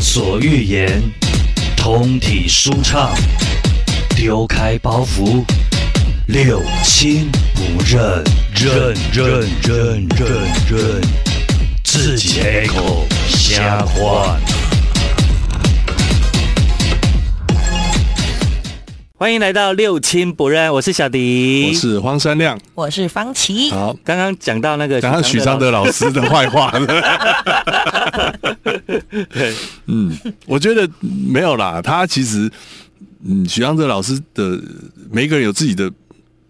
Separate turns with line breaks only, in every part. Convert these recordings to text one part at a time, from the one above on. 所欲言，通体舒畅，丢开包袱，六亲不认，认认认认认，自己开口瞎话。
欢迎来到六亲不认，我是小迪。
我是黄山亮。
我是方琦，
好，
刚刚讲到那个
讲到许常德老师的坏话了。
对，
嗯，我觉得没有啦，他其实，嗯，许常德老师的每一个人有自己的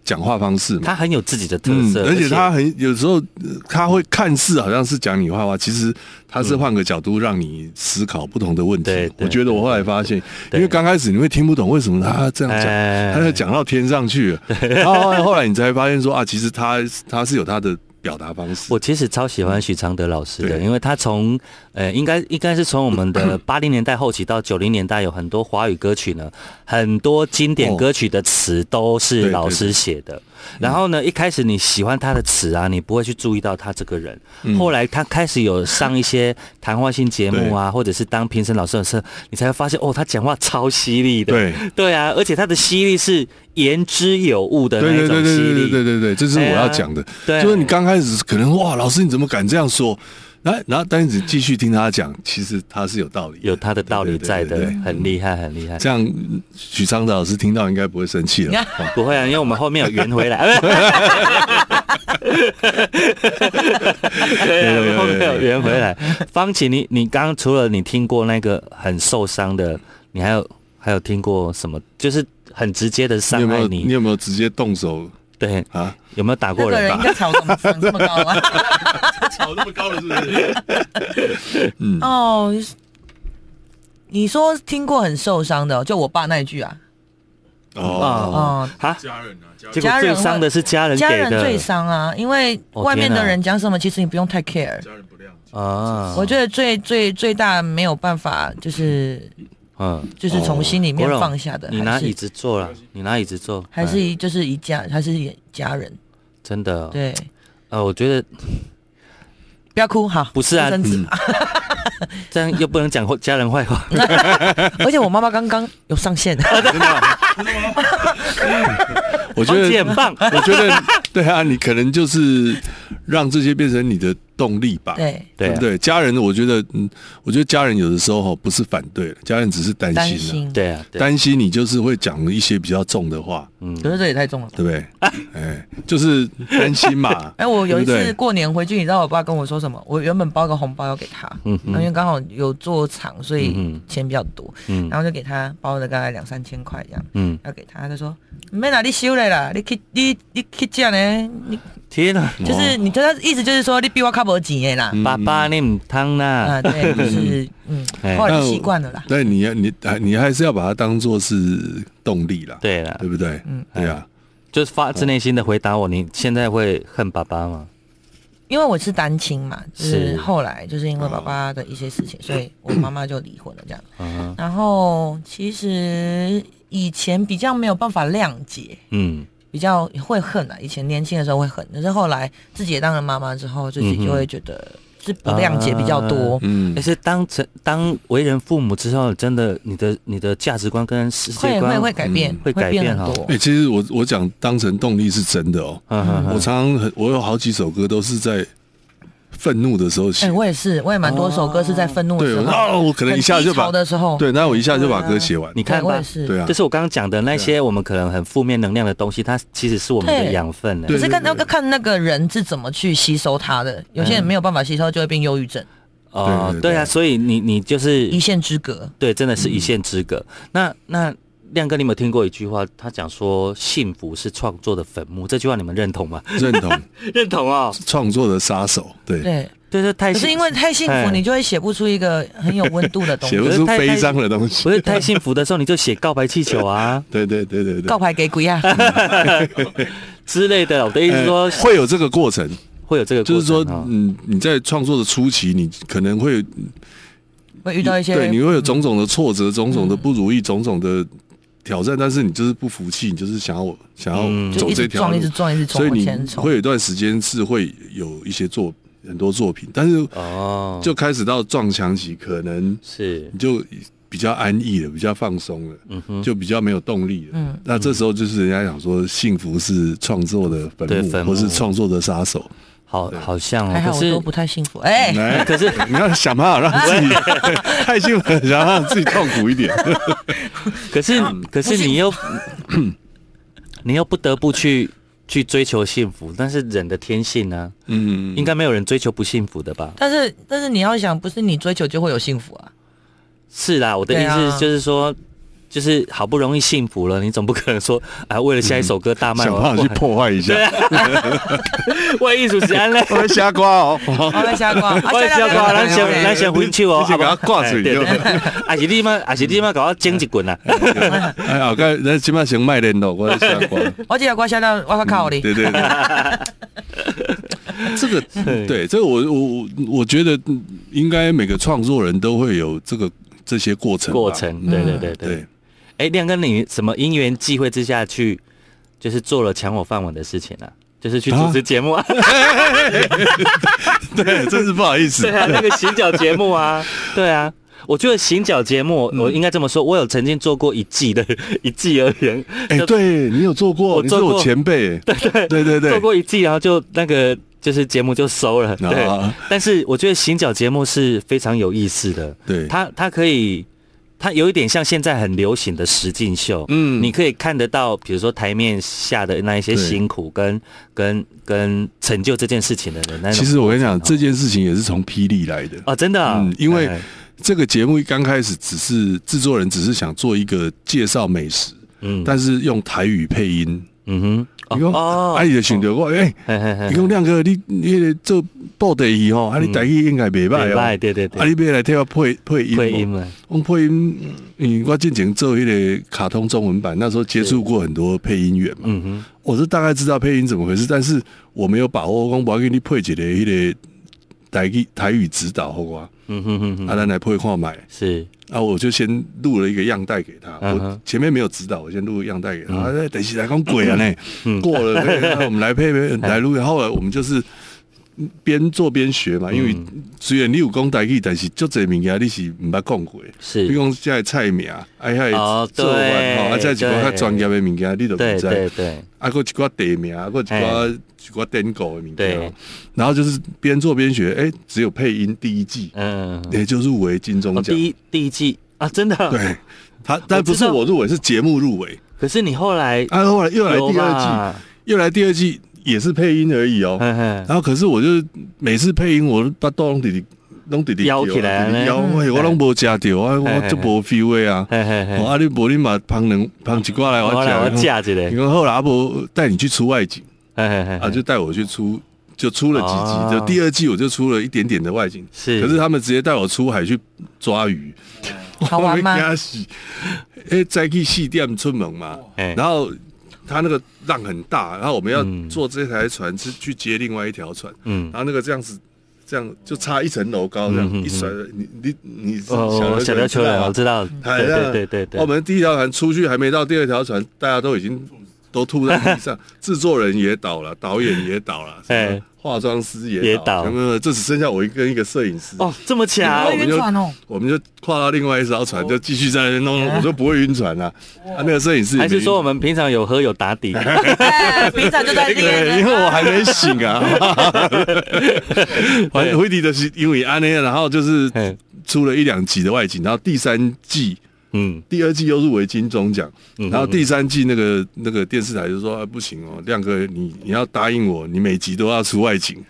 讲话方式嘛。
他很有自己的特
嗯，
色，
而且他很有时候，呃他会看似好像是讲你坏话，其实他是换个角度让你思考不同的问题。
对对
我觉得我后来发现，
对
因为刚开始你会听不懂为什么他这样讲，
哎
他就讲到天上 去了。然后后来后来你才发现说啊，其实他他是有他的表达方式。
我其实超喜欢许常德老师的，
对
因为他从呃，应该应该是从我们 的八零年代后期到九零年代，有很多华语歌曲呢，很多经典歌曲的词都是
对
老
哦对嗯
师写的。然后呢，一开始你喜欢他的词啊，你不会去注意到他这个人。
嗯
后来他开始有上一些谈话性节目啊，或者是当评审老师的时候，你才会发现哦，他讲话超犀利的。
对
对啊，而且他的犀利是言之有物的那
对
一
对
种
对
犀
对对对对
利。
对对，这是我要讲的。
对啊对
就是你刚开始可能哇，老师你怎么敢这样说？然后然后，但是你继续听他讲，其实他是有道理的，
有他的道理
对对对
在的
对对，
很厉害，很厉 害。
这样嗯许昌的老师听到应该不会生气 了。哦
不会啊，因为我们后面有圆回来， 啊不是对，后面 有圆回来。方琦，你你刚刚除了你听过那个很受伤的，你还有还有听过什么？就是很直接的
你有
伤
没
害
有
你，
你有没有直接动手
对，
啊？
有没有打
那
过
个
人
人
吧
应？该吵什么长这么高啊？
吵那么高了是不是？
嗯
哦，你说听过很受伤的哦，就我爸那一句啊，
哦，
哦，
啊，
家人啊，家
结果
家
最
人
伤的是哦家人
家
给
人最
的
伤啊，因为外面的人讲什么，其实你不用太 care。
家人不谅解。
啊，
我觉得最最最大没有办法，就是
嗯，
就是从心里面
国荣
放下的，
哦你拿
还
椅
是
子坐了，你拿椅子坐，
还是
哎
一就是一家，还是一家人。
真的，哦
对，
呃，我觉得
不要哭，好，
不是啊
卫生纸
嗯
这样又不能讲家人坏话，
而且我妈妈刚刚有上 线，
我觉
方琦
得
很 棒。
我觉得对啊，你可能就是让这些变成你的动力吧。
对，
对啊
不对？家人，我觉得，嗯，我觉得家人有的时候哈不是反对了，家人只是担
担
心了、
心，，
对啊，对啊
担心你就是会讲一些比较重的话，
嗯
可是这也太重了吧。。
对不对？哎，就是担心嘛
哎、我有一
对不
次
对
过年回去，你知道我爸跟我说什么？我原本包个红包要给他，
嗯
因为刚好有做厂，所
嗯
以
哼
钱比较多，
嗯
然后就给他包了大概两三千块这样，
嗯，
要给他，他就说没哪里修嘞啦，你去你你去这样呢，你
天啊，
就是你跟他意思就是说你比我卡不钱的啦，
嗯
爸爸你唔汤啦，
啊对，就是嗯，
哎
后来就习惯了 啦，
但你要你还你还是要把它当做是动力啦，
对啊哎啦，
对不对？
嗯
对啊，
就是发自内心的回答我，你现在会恨爸爸吗？
因为我是单亲嘛，就是
是
后来就是因为爸爸的一些事
嗯
情，所以我妈妈就离婚了 这样，
啊，
然后其实以前比较没有办法谅解。
嗯
比较会恨啊，以前年轻的时候会恨，可是后来自己也当了妈妈之后，自己就会觉得是不谅解比较多。
嗯
而，且当成当为人父母之后，真的你的你的价值观跟世界
会会
观
会改变
嗯，
会改变
变
哦
很多
哎、。其实我我讲当成动力是真的哦。
嗯嗯
我常常很，我有好几首歌都是在愤怒的时候写
哎，，我也是，我也蛮多首歌是在愤怒的
对，
时
我
候，
啊，我可能一下就
很低潮
把
的时候，
对，那我一下就把歌写完。
你
对，
看
我
吧
也，是。
对啊
这，是我刚刚讲的那
啊
些我们可能很负面能量的东西，它其实是我们的
对
养分呢。
可
对
是看那个看那个人是怎么去吸收它的，有些人没有办法吸收，就会变忧郁症，
嗯
哦
对对，对
对啊，所以你你就是
一线之隔。
对，真的
嗯
是一线之隔。那那亮哥，你有没有听过一句话？他讲说幸福是创作的坟墓，这句话你们认同吗？
认同
认同哦。
创作的杀手，对，
对，
对对，太
可
幸
是因为太幸
哎
福，你就会写不出一个很有温度的东
写
西。
不出悲伤的东西
不。是太幸福的时候，你就写告白气球 啊
对对对对对
告，白给鬼 啊！
之类的。我的意思是说
呃会有这个过程，
会有这个过程
就
哦，
是说，嗯，你在创作的初期，你可能会
会遇到一些嗯
对，你会有种种的挫折，种种的不如意，种种的挑战，但是你就是不服气，你就是想要想
嗯
要
就
走
一直
这条
撞，一
路
直，撞，一直
所以
冲，往
你
前冲
会。有一段时间是会有一些作很多作品，但是
哦，
就开始到撞墙期，可能
是
你就比较安逸了，比较放松了，
嗯哼，
就比较没有动力了。
嗯，
那这时候就是人家讲说，幸福是创作的坟
对
墓，
坟
或是
墓
创作的杀手。
好好像
还
哦，
好
可
我都
是
不太幸福。哎、
来，
可是
你要想办法让 自己 太兴奋，想让自己痛苦一点。
可 是可是你又 你又不得不去去追求幸福，但是人的天性呢，
嗯，
应该没有人追求不幸福的吧？
但是但是你要想，不是你追求就会有幸福 啊。
是啦，我的
对
意思
啊
是就是说。就是好不容易幸福了，你总不可能说啊，为了下一首歌大卖，啊
想
我
办法去破坏一下。
我为艺术家嘞，
我们瞎刮 哦，
我来瞎逛，啊
我也是要挂，咱先咱先回去哦，
你先给它挂水
对
就
对对还是你们，还是你们搞我整一棍啊！
哎呀，该那起码先卖点咯，我瞎刮。
我只要挂下到我靠靠哩。
对对对， 这个对这个我我我我觉得嗯应该每个创作人都会有这个这些过程吧
过程，对对对对
对。。
哎，亮哥，你什么因缘际会之下去，就是做了抢我饭碗的事情啊？就是去主持节目啊，
对，真是不好意 思
对。啊，那个行脚节目啊，对啊。我觉得行脚节目，我应该这么说，我有曾经做过一季的一季而言，
哎，对你有做过，
我
你是
做过
我前辈。对对对对
做
对，
过一季，然后就那个就是节目就收了。对，
啊
但是我觉得行脚节目是非常有意思的，
对，
它它可以，它有一点像现在很流行的实境秀，
嗯
你可以看得到，比如说台面下的那一些
对
辛苦跟跟跟成就这件事情的人，那种
其实我跟你讲，
过程
这
哦
件事情也是从霹雳来的。
哦，真的啊、
嗯因为
哎
这个节目一刚开始只是制作人只是想做一个介绍美食，
嗯
但是用台语配音。
嗯
你
哼
说，啊，你就想到我，哎，
哦嘿嘿嘿
你讲亮哥，你你那个做报地鱼吼，啊，你台语应该袂
明白
歹哦。
对对
啊，
对，
你要来替我配配音。
配音。了，
我配音，嗯因为我之前做那个卡通中文版，那时候接触过很多配音员嘛。
嗯哼，
我是大概知道配音怎么回事，但是我没有把握，我我给你配一个迄个台语台语指导好我，
嗯哼哼
啊，
哼，
咱来配看买。
是
啊，我就先录了一个样带给他，
嗯哼嗯
我前面没有指导，我先录个样带给他。啊，等一下讲 鬼啊呢，过了，那我们来配配来录。后来我们就是边做边学
嗯
嘛，因为虽然你有讲台语，但是足侪物件你是毋捌讲过的。
是
比如，讲即个菜名，啊，遐
哦
做法
对
吼，啊，即一寡较
对
专业的物件，你都毋
对
知。
对对，
啊，个一寡地名，啊，个一寡一寡典故的物
对
件，然后就是边做边学，哎、只有配音第一季，
嗯，
也就入围金钟
哦
奖。
第一第一季啊，真 的，
对，他但不是
我知道
我入围，是节目入围。
可是你后来
啊，后来又来
有
第二
吧，
季，又来第二季也是配音而已哦。
嘿嘿
然后可是我就每次配音，我把刀拢弟弟拢弟弟
摇起来呢
摇
嗯
喂，我拢无食着啊，
嘿
我
嘿
就无 feel 的啊。
嘿嘿嘿
哦，啊，你无你嘛捧两捧一寡来我
我来我
食。
架着嘞
你，讲后来阿伯带你去出外景。
嘿嘿嘿
啊，就带我去出，就出了几
哦
集，就第二季我就出了一点点的外景，
是
可是他们直接带我出海去抓鱼，
好玩吗
我被吓死哎，再去戏店出门嘛，
哎
然后他那个浪很大，然后我们要
嗯
坐这台船去去接另外一条船，
嗯
然后那个这样子。这样就差一层楼高，这
嗯嗯嗯
样一甩，你你你是
哦，我小
小
琉球人，
啊
我知道，
海
对
浪，
对对对对，
我们第一条船出去还没到第二条船，大家都已经都吐在 地上，制作人也倒了，导演也倒了，
哎
什么化妆师
也
也
倒
倒，没有，就只剩下我一个一个摄影师。
哦这么
然
巧
后我，
好
们就
晕船哦
我们就跨到另外一艘船，就继续在那边弄，我就不会晕船啦。啊，那个摄影师也
还是
没
说我们平常有喝有打底？
哎，平常就在
那
那
个，
边
因为我还没醒 啊。反正回迪的是因为安内，啊然后就是
嘿
出了一两集的外景，然后第三季
嗯，
第二季又入围金钟奖，
嗯
然后第三季那个那个电视台就说、啊、不行哦，亮哥你你要答应我，你每集都要出 外景。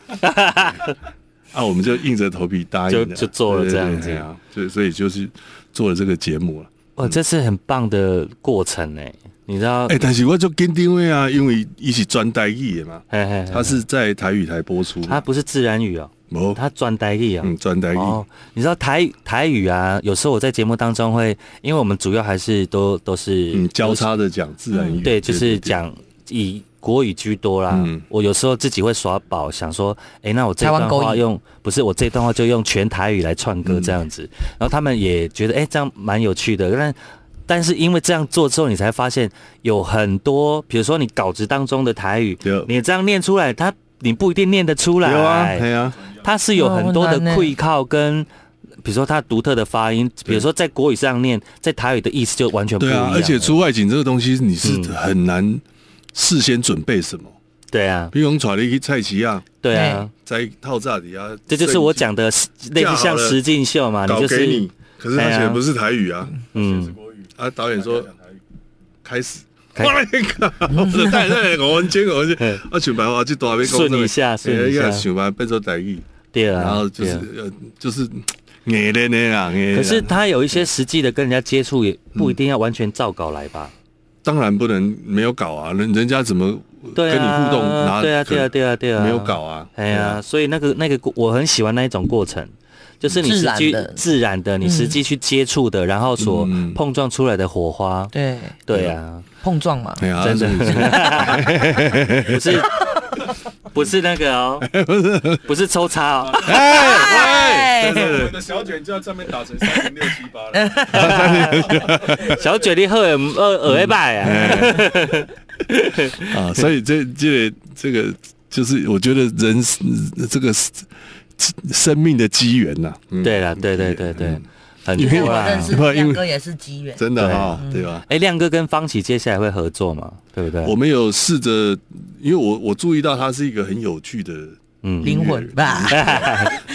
啊，我们就硬着头皮答应了
就就做了这样子
对对对啊，所以所以就是做了这个节目了。
哇，这是很棒的过程哎，你知道
哎、？但是我就跟定位啊，因为一起专代译的嘛，
嘿嘿
他
嘿，
是在台语台播出嘛，
哎他不是自然语哦，
没
他转台语哦。
嗯专代译，
哦，你知道台台语啊？有时候我在节目当中会，因为我们主要还是都都是
嗯交叉的讲自然语，
嗯对，就是讲以国语居多啦。
嗯
我有时候自己会耍宝，想说，哎、那我这
台湾
段
狗
话
语
用不是我这段话就用全台语来串歌这样子，
嗯
然后他们也觉得，哎、这样蛮有趣的，但。但是因为这样做之后，你才发现有很多，比如说你稿子当中的台语
对，
你这样念出来，它你不一定念得出来。
有啊，对啊，
它是有很多
哦
的
很难呢
愧靠跟。比如说它独特的发音，比如说在国语上念，在台语的意思就完全不一
对
样
啊
了。，
而且出外景这个东西你是
嗯
很难事先准备什么，
对啊，
比如讲带你去菜市啊，
对
哎
啊，
在套炸底啊，
这就是我讲的类似像实境秀嘛，你
搞
就
给
是哎
你，可是他写的不是台语啊，
嗯，
啊，导演说开始。 我那个，我说带带我文青，我文青，我想办法去大杯
顺一下顺一下
哎想办法变做台语，
对啊，
然后就是啊
对啊
呃，就是呃硬的呢啦，硬的啦
可是他有一些实际的跟人家接触，也
嗯
不一定要完全照稿来吧？
当然不能没有搞啊，人人家怎么嗯跟
对
你
啊，
互动，拿
对啊，对啊，对啊，对啊，
没有搞啊，
哎呀，所以那个那个过我很喜欢那一种过程，就是你实
自
际
然的
自然的，你实际去接触的，然后所
嗯
碰撞出来的火花。
对，
对啊，
碰撞嘛，
哎呀，
真的
所 以说
不是不是那个 哦，不是抽插哦，
哎，喂，对
我
对
们
对
的小卷就要上面打成三零六七八
哎
了。
小嘴你喝耳耳耳一拜
嗯
啊，
啊，所以这这个这个就是我觉得人这个生命的机缘呐，嗯
对了，对对对对，很
因为
多
我
啦
认。识亮哥也是机缘，
真的
对
哈，对吧？
哎，亮哥跟方琦接下来会合作嘛？对不对？
我们有试着，因为我我注意到他是一个很有趣的，
嗯，
灵魂吧，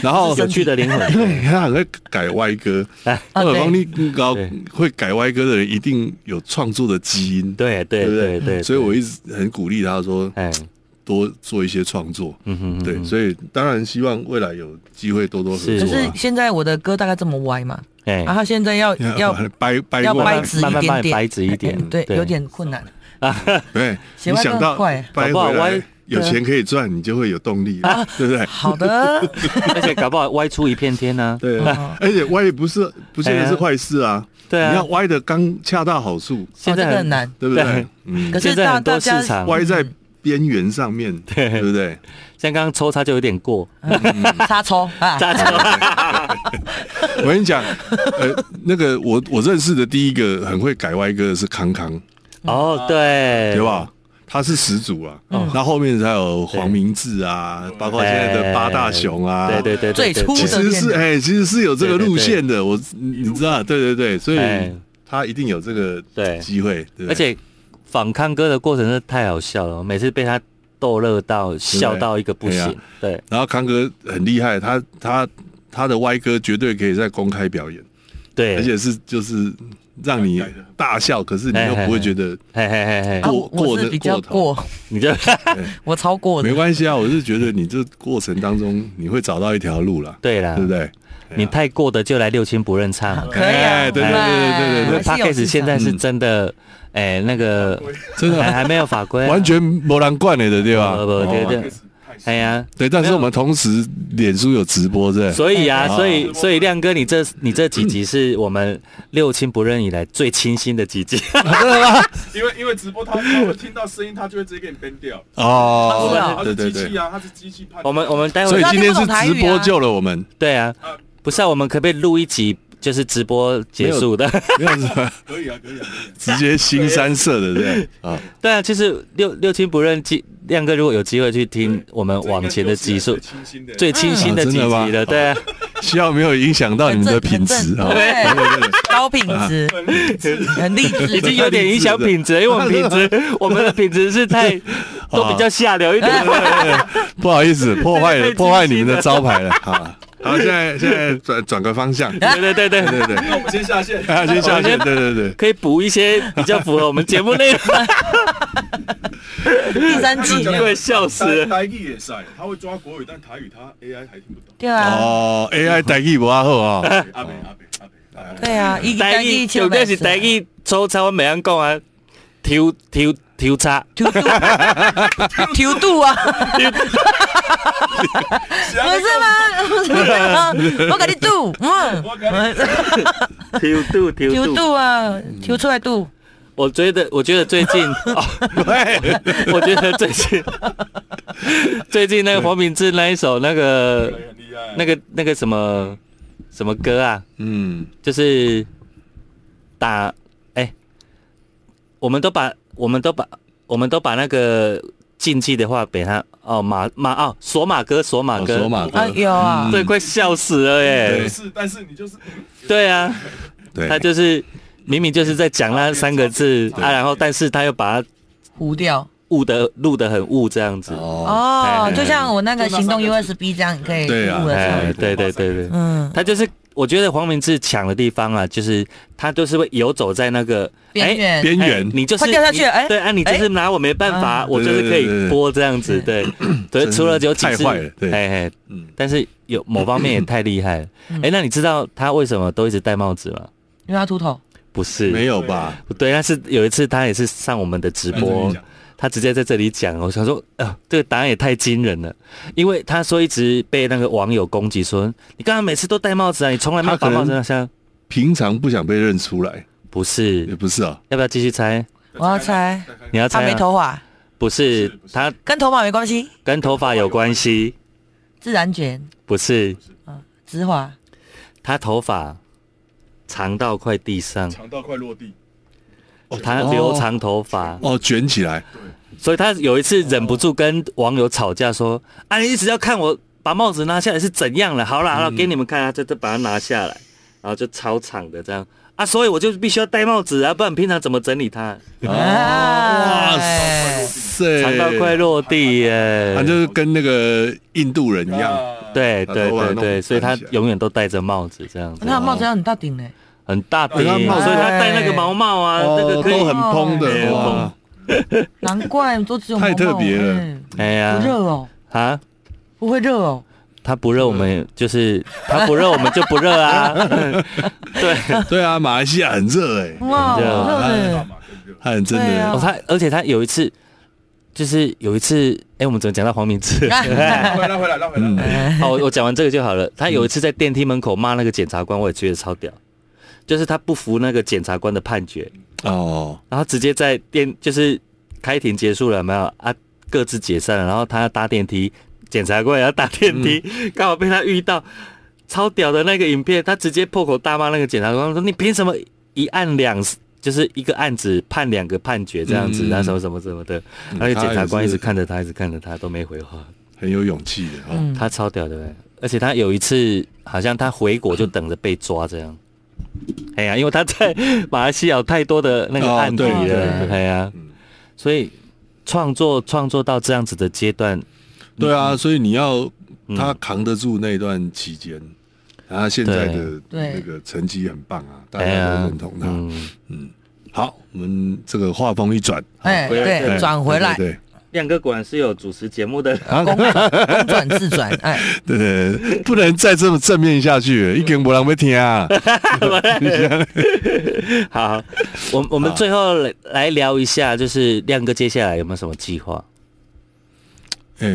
然后
有趣的灵
因
魂，
为 他很会改歪歌，
啊
或者
对
帮你搞
对
会改歪歌的人一定有创作的基因，
对对
不
对对，
所以我一直很鼓励他说
哎，
多做一些创作，
嗯哼，
对，所以当然希望未来有机会多多合
是
可
作
是
啊。
现在我的歌大概这么歪嘛，
哎
然，后现在要要
掰掰
要
过
啊掰
来，
直
慢慢
一
慢慢
点点，
掰直一点，
对，有点困难。
对，
斜
你
歪
想
真的
到
很快啊
掰
搞
回
不好歪
来，有钱可以赚，你就会有动力，对不对？
好 的，
而且搞不好歪出一片天呢、
对
哦
啊，而且歪也不是不见得是坏事啊。
对啊
你要歪的刚恰到好处，
现在
哦这
很
个很难。
对不
对
对？嗯，
可是
现在
大
很多
大家
市场，
歪在边缘上面，
对
对不对？
像刚刚抽插就有点过，
啊插抽 啊，
大 家
我跟你讲，呃，那个我我认识的第一个很会改歪歌的是康康，
哦对，
对？吧？他是始祖啊，
哦
那后面才有黄明志啊，包括现在的八大雄啊，
哎对对对，对
最初
其
对
实是哎、其实是有这个路线的，我你知道，对对对，所以
哎
他一定有这个
对
机会，对不对
而且访康哥的过程真的太好笑了，我每次被他逗乐到笑到一个不
哎
行，对，
然后康哥很厉害，他他他的歪歌绝对可以在公开表演，
对，
而且是就是让你大笑，可是你
哎
又不会觉得
嘿嘿嘿嘿，
啊
过
我我
过
是
的
比较
过头
过，
你 就
我超过的
没。关系啊。我是觉得你这过程当中你会找到一条路啦，
对啦，啊
对不？对？
你太过的就来六亲不认唱。
可以啊，
哎对对对对对对嗯
我们
他
还是有
开始
市
现在
场
是真的，哎，那个
真
还
的
还没有法规啊，
完全没人惯你的，对吧？
不不对
哦
对，哎呀，
对，但是我们同时脸书有直播，对不对。
所以啊，
哎
所以所以亮哥，你这你这几集是我们六亲不认以来最清新的几 集，
因为因为直播他他会听到声音，他就会直接给你编掉。
是
哦
啊，
他
对
是
对
机
对
器，啊，他是机器判断。
我们我们待
所
会
以
他
今
听
天
不
是
懂台语啊
直播救了我们，
对啊，不是啊，我们可不可以录一集就是直播结束的？
没有什么
可以啊，可以啊，可以啊。
直接新三色的对啊，
对啊，就是六六亲不认记，亮哥如果有机会去听我们 往前的集数
这应该是有史以来最，清
最清新
新的
的几
啊
集
真的
了，
吗
对啊，
希望没有影响到你们的品质啊。
对
对对
高品 质，
很励志
很励
已经
志。
有点影响品质了，因为我们品质我们的品质是太都比较下流一点 的，
不好意思，破坏
太清
了
新了
破坏你们的招牌了啊。好，现在现在转转个方向，对
对对对对。
对对，
那我们先下线。
啊，先下去，对对对。
可以补一些比较符合我们节目内容，
第三 季，
对，笑死了
台。 台语也晒，他会抓国语，但台语他 AI 还听不懂。
对啊，
哦，AI 代替不阿后啊，
哦
阿北阿北阿北阿北，
对啊，一
台语重点是
啊
台，语粗糙，我袂晓讲啊，抽抽抽插，
丢度，丢度啊，
不
不是？ 吗？不是吗？我给你度，
我
嗯，
跟你
抽度
丢
抽度。
度啊，丢出来度，
我觉得，我觉得最近，哦、我觉得最近，最近那个黄敏志那一首那个
很厉害。
那个那个什么什么歌啊，
嗯，
就是打哎、我们都把我们都把我们都把那个禁忌的话，给他哦马马哦索马哥索马
哦
哥，
索马
啊，
哥，
有啊，
对，快笑死了耶！
是，但是你就是
对啊，
对，
他就是明明就是在讲那三个字
对
啊，然后但是他又把它
糊掉
悟的录的很悟这样子。
哦，
哦
哎，
就像我那个
就那
行动
三个字
USB 这样，你可以
对啊
录的时候，
哎，对对对对，
嗯，
他就是我觉得黄明志抢的地方啊，就是他就是会游走在那个
边缘
边
哎
缘
你就是
快掉下去
你
了哎
对啊，你就是拿我没办法，
啊
我就是可以播这样子，对对，
嗯真
除了有几
太
次
坏了，对
哎哎，
嗯，
但是有某方面也太厉害了。
嗯
哎，那你知道他为什么都一直戴帽子吗？
因为他秃头，
不是，
没有吧？
对，但是有一次他也是上我们的直
嗯
播，他直接在这里讲，我想说，呃，这个答案也太惊人了，因为他说一直被那个网友攻击说，你刚刚每次都戴帽子啊，你从来没有
他
把
可能
帽子拿下。
平常不想被认出来，
不是
也，不是啊，
要不要继续猜？
我要猜，
你要猜、
他
啊？
没头发，
不是
不是不，是
它
跟头发没关系，
跟头发有关系。
自然卷，
不是，
直滑，
他头发长到快地上，
强到快落地，
他留长头发，
哦，卷起来，
所以他有一次忍不住跟网友吵架说：“啊，你一直要看我把帽子拿下来是怎样了？
嗯
好啦好啦，给你们看啊，这这把它拿下来，然后就超长的这样啊，所以我就必须要戴帽子啊，不然平常怎么整理它？
哇
哇塞，
长哎到快落地耶！
他啊就是跟那个印度人一样，
啊，
对
把
对
头发
对
弄
对，所以他
翻起来
永远都戴着帽子这样子。”
那帽子要很到顶呢，
很大顶，所
对
以
他帽子
他戴那个毛帽啊，那
哦，
个可以
都很蓬
哎
的，哇，
难怪都只有
太
毛
特
毛
别了
哎
哎
不热
呀
哦，
啊，
不会热哦，
他不热我们就是他不热我们就不热啊，对，
对啊，马来西亚很热哎，
哇，
很热
好热
大
的，
马跟热，
他很真
对
的
啊
哦他而且他有一次就是有一次，哎，我们怎么讲到黄明志？
回来回来拉回来，
哎
好，我我讲完这个就好了。他有一次在电梯门口骂那个检察官，我也觉得超屌，就是他不服那个检察官的判决，
哦，
然后直接在电就是开庭结束了有没有啊？各自解散了，然后他搭电梯，检察官也要搭电梯，
嗯
刚、好被他遇到，超屌的那个影片，他直接破口大骂那个检察官说：“你凭什么一案两就是一个案子判两个判决这样子，
嗯
然后什么什么什么的。”
嗯
而且
他也
检察官一直
是
看着他，一直看着他都没回话，
很有勇气的哦，
嗯，
他超屌的、而且他有一次好像他回国就等着被抓这 样。哎呀，因为他在马来西亚有太多的那个
哦
案底
对
对
了，
对
哎呀，
嗯
所以创作创作到这样子的阶段，
对啊，所以你要
嗯
他扛得住那段期间，然后他现在的
对
那个成绩很棒啊，大
哎
家都
呀
认同，他。
嗯，
嗯，好，我们这个话锋一转，
哎，
哎
对，转回来，
对
亮哥果然是有主持节目的，
公公转自转，哎，
对对对对，不能再这么正面下去，
嗯
一点不让被听啊。
好，我我们最后来来聊一下，就是亮哥接下来有没有什么计划？
哎，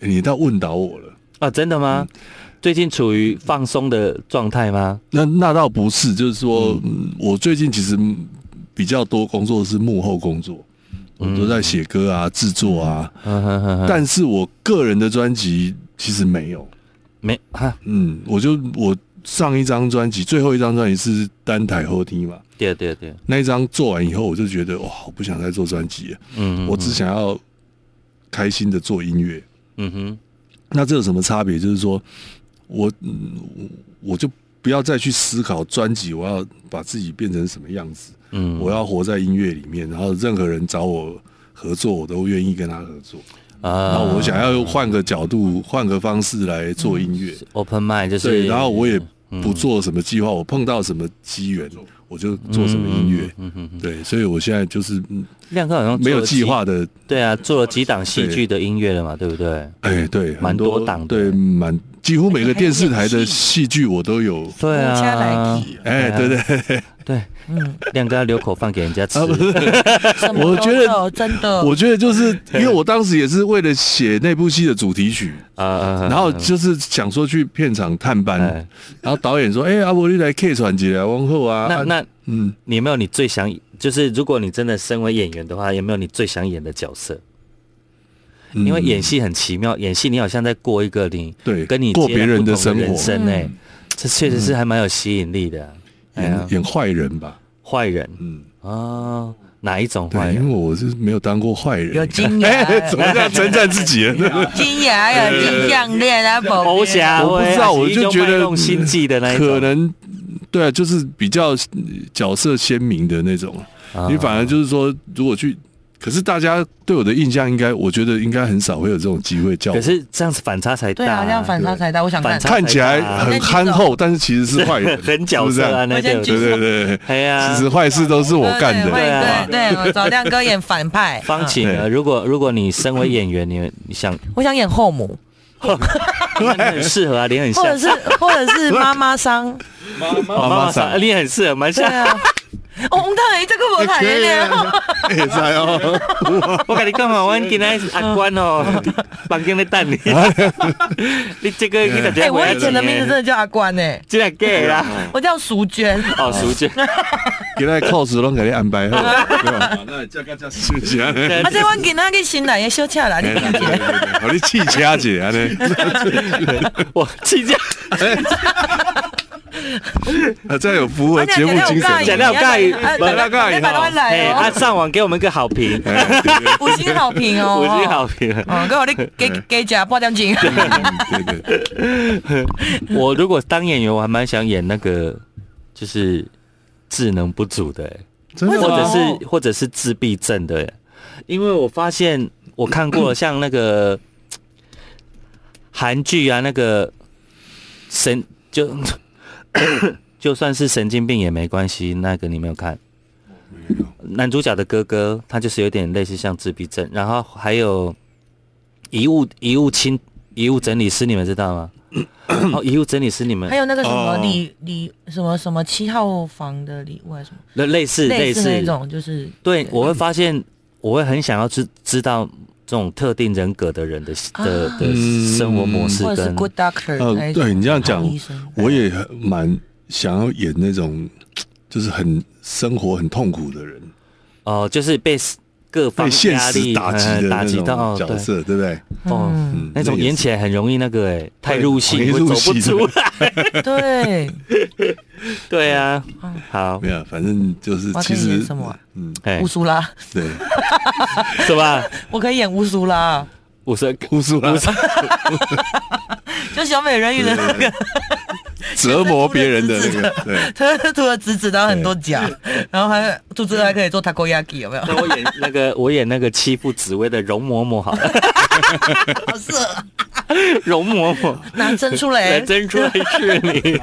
你倒问倒我了。
啊，真的吗？
嗯
最近处于放松的状态吗？
那那倒不是，就是说，嗯我最近其实嗯比较多工作是幕后工作，
嗯
我都在写歌啊、制作啊，
嗯哼哼哼，
但是我个人的专辑其实没有。
没哈，
嗯，我就我上一张专辑，最后一张专辑是单台后听嘛，
对对对，
那一张做完以后，我就觉得哇，我不想再做专辑了，
嗯，
我只想要开心的做音乐。
嗯哼，
那这有什么差别？就是说我嗯我我就不要再去思考专辑，我要把自己变成什么样子，
嗯，
我要活在音乐里面，然后任何人找我 合作，我都愿意跟他合作。然
啊
后我想要换个角度，换个方式来做音乐。
open mind 嗯就是，嗯
对，然后我也不做什么计划，我碰到什么机缘，我就做什么音乐。
嗯哼，
对，所以我现在就是嗯
亮哥好像做了
没有
几
计，划的，
对啊，做了几档戏剧的音乐了嘛，对不对？
哎，对，
蛮
很
多
多
档的
对，蛮几乎每个电视 台的戏剧我都有。
对
我家来
啊，
提
哎，对对，
对，
嗯，
亮哥要留口饭给人家
啊
吃，
什么
我
都
觉得
有真的，
我觉得就是 因为我当时也是为了写那部戏的主题曲，
啊
然后就是想说去片场探班
哎，
然后导演说：“哎，阿伯你来 K 传几来往后啊。
那
啊”
那
嗯，
你有没有你最想，就是如果你真的身为演员的话，有没有你最想演的角色？
嗯
因为演戏很奇妙，演戏你好像在过一个你
对
跟你
过
截然
别人
不
的
同
生活嗯
人生哎，
嗯
这确实是还蛮有吸引力的啊。哎呀
演演坏人吧，
坏人
嗯，
哦，哪一种坏
对，因
人？
为我是没有当过坏人，
有经验
哎，怎么这样称赞自己了？
金牙呀，金项链啊，宝
偶
贝啊
侠，
我不知道，我就觉得
用心计的 那一
可
种，
能对啊，就是比较呃角色鲜明的那种。
啊
你反而就是说，如果去，可是大家对我的印象，应该我觉得应该很少会有这种机会叫我
可。是这样子反差才大、
对啊，这样反差才大。我想看
反，差
看起来很憨厚，但是其实是坏人，
很角
是不是
色
这
啊，
样
那
我先举
个
对对对，
哎呀
其实坏事都是我干的。
对
啊
对对对，找亮哥演反派。
方
嗯
晴啊，
对
如果如果你身为演员，你你 想
我想演后母，
那你很适合啊，脸很
或
像
者，是或者是妈妈桑。
妈妈
哦
妈妈
桑
桑
脸很适合，蛮
对
像。
啊，哦，我们当然这个我谈了。
哎，知哦，
我跟你讲哦，我今天是阿关哦，
啊
房间在等 你。你这个你啊怎
哎，
么
我以前的名字真的叫阿关哎，
竟然 gay
啊
啦？
我叫淑娟。
哦，熟 姐，
给他扣子拢给你安排好，对吧？
啊，那这个叫
是不是啊？
啊，这我今仔去新来的小车啦，你
对 对对对对我你气掐姐啊，呢，
我 亲家
啊这有符合节目 精神。
讲到盖，
讲到呃盖，百万
哎，
来
啊，
哦，
上网给我们个好评，
哎对对
五星好评 哦，
五星好。评。
哦，给我你给给加半点钱。
嗯对对，
我如果当演员，我还蛮想演那个，就是智能不足的、欸
真
为
的
什
或
么
者是或者是自闭症的、欸因为我发现我看 过像那个韩剧啊，那个神就 就算是神经病也没关系，那个你没有看。男主角的哥哥，他就是有点类似像自闭症，然后还有遗物遗物清遗物整理师，你们知 道吗？哦，遗物整理师，你们
还有那个什么
哦
李李什么什么七号房的礼物还是什么，
类类似
类
类
似
似
那种就是
对，我会发现，我会很想要知知道这种特定人格的人的的的
嗯
生活模式
啊或者是
跟
Good Doctor
呃
还是
对你这样
好
讲
医生
我也很蛮想要演那种，就是很生活很痛苦的人，
哦，就是被各方
被现
压
实
力
打击的
嗯
那
打击
种
到
角
对
色，对不对？
哦。
嗯，
那种
也是
演起来很容易那个哎、太入戏
容易
会
入
走不
戏
出来。
对，
对啊
嗯，
好，
没有，反正就是
我可
其
以演
实
什么啊？
嗯，
哎
乌，苏拉，
对，
是吧？
我可以演乌苏拉，
我说
哭诉啦，
就小美人鱼的那个
折磨别人的那个，对，
他涂了紫紫，然后很多甲，然后还肚子还可以做 takoyaki，有没有？
那我演那个，我演那个欺负紫薇的容嬷嬷好了，
好色，
容嬷嬷
拿针出来
来，真出来治你。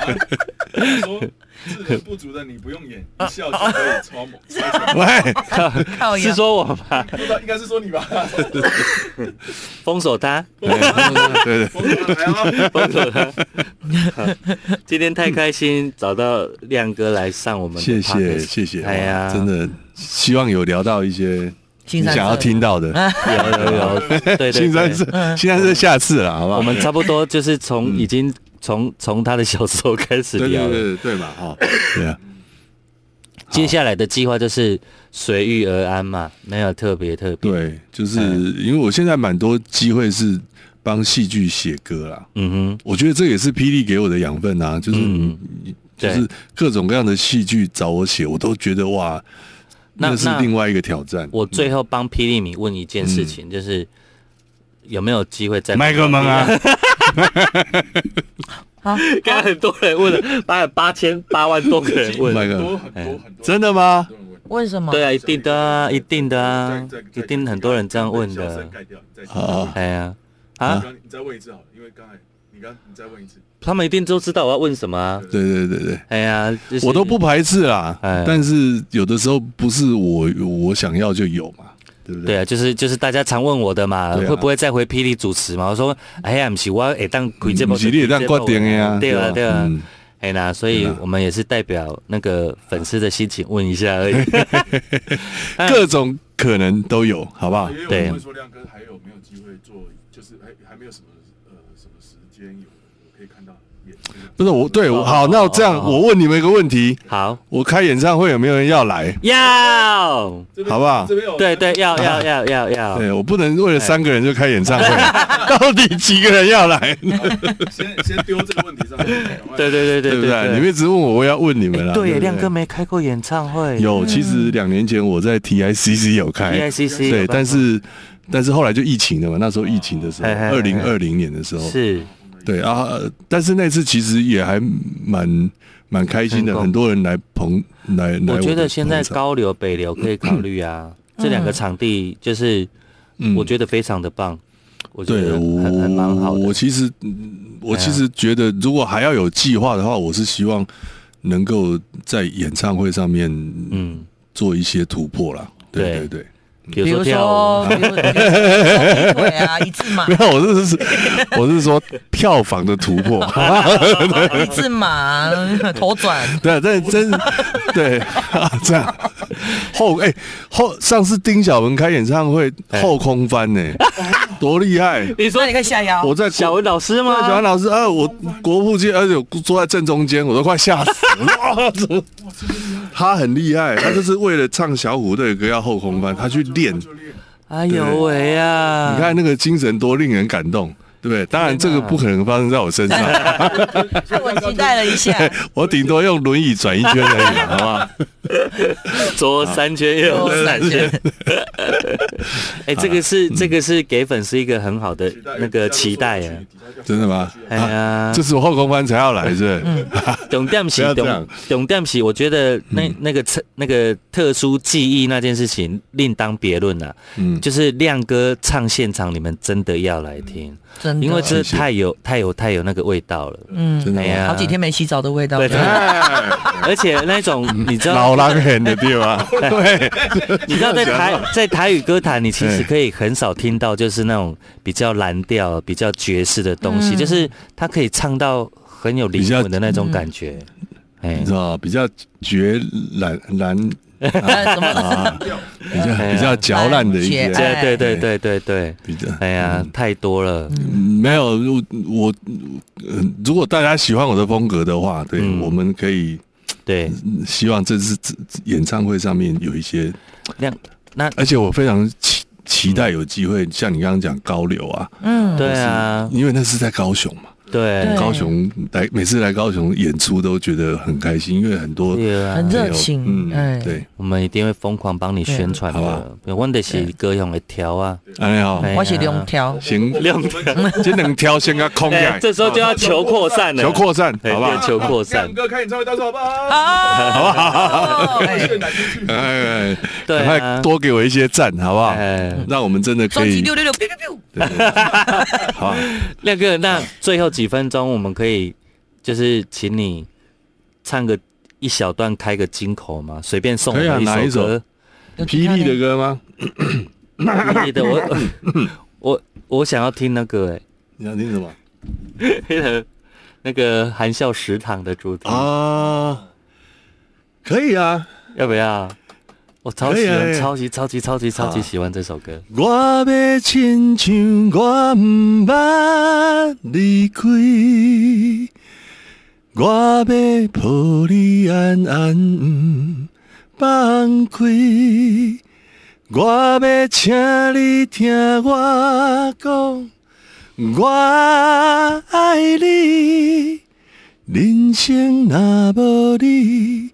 说智能不足的你不用演，一笑就可 以超猛。
喂，
靠呀
是说我吧，
不知道应该是说你吧？
封锁他。
对对对，
我 来啊！
封锁他。今天太开心，找到亮哥来上我们的
谢
podcast
谢谢谢，
哎呀，
真的希望有聊到一些
新
你
三色
想要听到的，
有有有， 对 对
新三
对，
色，新三色下次了，好不好？
我们差不多就是从已经从从他的小时候开始
对
聊
对对
了。
对对嘛， 哈，对啊，
接下来的计划就是随遇而安嘛，没有特别特别。
对，
哎
就是因为我现在蛮多机会是帮戏剧写歌啦，
嗯哼，
我觉得这也是霹雳给我的养分啊，就是
嗯
你、就
对
是各种各样的戏剧找我写，我都觉得哇，
那
那是
那
另外一个挑战。
我最后帮霹雳米问一件事情，就是有没有机会再
嗯麦克风啊，
好，
刚刚很多人问了，八八千八万多个人问。
麦
很
克
多
风，
很多很多，
真的吗？
为什么？
对啊，一定的啊，一定的
再
啊
再再，
一定很多人这样问
小
的
声。盖掉，你再听
啊，
哎呀，
你
啊，
刚你再问一次好了，因为刚才你刚你再问一次，
他们一定都知道我要问什么啊。
对对对对，
哎呀，就是
我都不排斥啦
哎，
但是有的时候不是我我想要就有嘛，对不
对
对？
啊，就是就是大家常问我的嘛，
对啊
会不会再回霹雳主持嘛？我说，哎呀，不是我会当开这部，
不是你当决定的呀，
对啊
吧
对啊
嗯。
哎啦，所以
对啊
我们也是代表那个粉丝的心情问一下而已。哎
各种可能都有，好不好
因？为
对
我问说亮哥还有没有机会做，就是还还没有什么呃什么时间有可以看到演。
不是我，
哦
对，我好，那我这样，我问你们一个问题：
好，
我开演唱会有没有人要来？
要，
这边
好不好
这边有
对对，要要要要要，
哎对我不能
哎
为了三个人就开 演唱会，到底几个人要来？
先先丢这个问题上来。
对对对
对
对
不
对哎
对？你们一直问我，我要问你们了。
对耶，
不
亮哥没开过演唱会，
有，其实两年前我在 TICC 有开
EICC，
对，但是但是后来就疫情了嘛，那时候疫情的时候，
嘿嘿嘿
二零二零年的时候，
是
对啊，呃但是那次其实也还蛮蛮开心
成
的，
功
很多人来捧来来的捧场。
我觉得现在高流、北流可以考虑啊，这两个场地就是
嗯，
我觉得非常的棒，我觉
对
得
我
很很蛮好
我
的。哎
其实嗯我其实觉得，如果还要有计划的话，我是希望能够在演唱会上面
嗯，
做一些突破啦。对
对
对对，
比
比
如说
如
跳
说，
舞，
比如说对啊，一 字马
没，有，我是是我是说票房的突 破。
一字马， 头转，
对啊，但真对 啊，这样后哎、后上次丁小文开演唱会后空翻呢、多厉害！
你
那你可以下腰
我。在
小文老师
对小文
吗？
老师，啊，我国父街，而且我坐在正中间，我都快吓死了。 哇，怎么？他很厉害，他就是为了唱小虎队的歌要后空翻，他去练。你
哎呦喂呀！
看那个精神多令人感动，对不对？当然这个不可能发生在我身上，
所以我期待了一下，
我顶多用轮椅转一圈而已，好不好？
左三圈，右三
啊
圈。 哎，这个
嗯
是这个是给粉丝一个很好的那个期待啊！
真的吗？
哎呀
这，是我后空翻才要来，是不是？
懂点
不要
喜
这
懂
样嗯
懂点喜，我觉得那那个特那个特殊记忆那件事情另当别论了。
嗯，
就是亮哥唱现场，你们真的要来听，
真的，
因为这
嗯谢谢
太有太有太有那个味道了。
真
嗯，
的
哎
吗？
呀，
好几天没洗澡的味道，
对
对
哎
而且那种你知道，
老狼很的地方，对，
你知道 在台在台语歌坛，你其实
对
可以很少听到，就是那种比较蓝调、比较爵士的东西，
嗯
就是他可以唱到很有灵魂的那种感觉。哎
你知，道比较决然然
呃，什么？
啊，比较比较嚼烂的一些，
哎
对对对对对对，
比较
哎呀，太多了。
嗯没有我我、呃如果大家喜欢我的风格的话，对、
嗯
我们可以
对，
嗯希望这次这这演唱会上面有一些，
亮那
而且我非常期期待有机会，像你刚刚讲高流啊，
嗯，
对啊，
因为那是在高雄嘛，
对
对
高雄来每次来高雄演出都觉得很开心，因为很多
对啊
很热
朋友
情哎
嗯，对，
我们一定会疯狂帮你宣传
对好吧
的。我们就是歌用的调啊，
安尼好
哎，
我是 两条，
行，
亮
这两条先给它空起来，
哎这时候就要求扩散了，
求扩散，
哎
好不
对
好？
求扩散
亮哥开演唱会，到时候好不好？
啊，
渲染进去。
哎哎，哎
对啊
赶快多给我一些赞，好不好？
哎
让我们真的可
双击
以，
六六六，biu biu biu，
对对对好吧，
亮哥，那最后几分钟我们可以就是请你唱个一小段，开个金口吗？随便送我
可以啊
们
哪一
首
首
歌。
有其
霹
他
雳的歌吗？
霹雳的我 我我想要听那个
你想听什么
哎、那个含笑食堂的主题，
啊？可以啊，
要不要？我超
可以
喜
啊可
欢，
以啊
超级超级超级超级
啊
喜欢这首歌。
我要亲像我毋捌离开，我要抱你安安毋放开，我要请你听我讲，我爱你。人生若无你，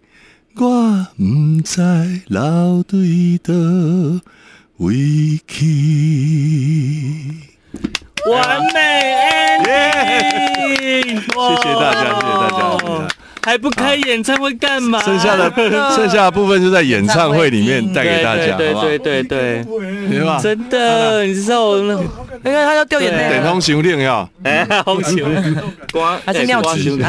我毋知流对倒位去。
完美 ending，
谢谢大家，谢谢大家，谢谢大
哇
家。
还不开演唱会干嘛？
剩下的剩下的部分就在演唱会里面带给大家，
对
好不好？啊
对对对哎对，
对吧？
真的，你知道我那
你看他要掉眼泪
点
了，
通行令要，
哎，好久， 光
还是尿急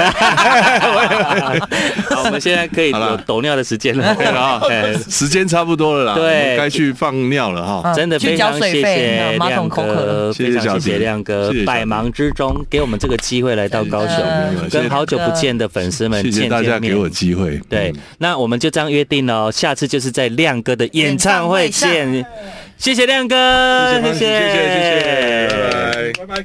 好，我们现在可以
好了
有抖尿的时间了，
对 了啊
哎，
时间差不多了啦，
对
我们该去放尿了哈。
啊
真的
去
非
交
常
水
谢
费
谢
那马
亮
桶口渴了
哥，
谢谢
非常
小
谢谢
姐
亮哥
谢谢，小姐
百忙之中给我们这个机会来到高雄
真的
没有，
跟好久不见的粉丝们
谢
见
谢
见
大家给
面
我机会。
对
嗯，
那我们就这样约定了哦，下次就是在亮哥的演唱会
演唱
见。谢谢亮哥，
谢谢，谢谢，谢谢，拜拜。
拜拜。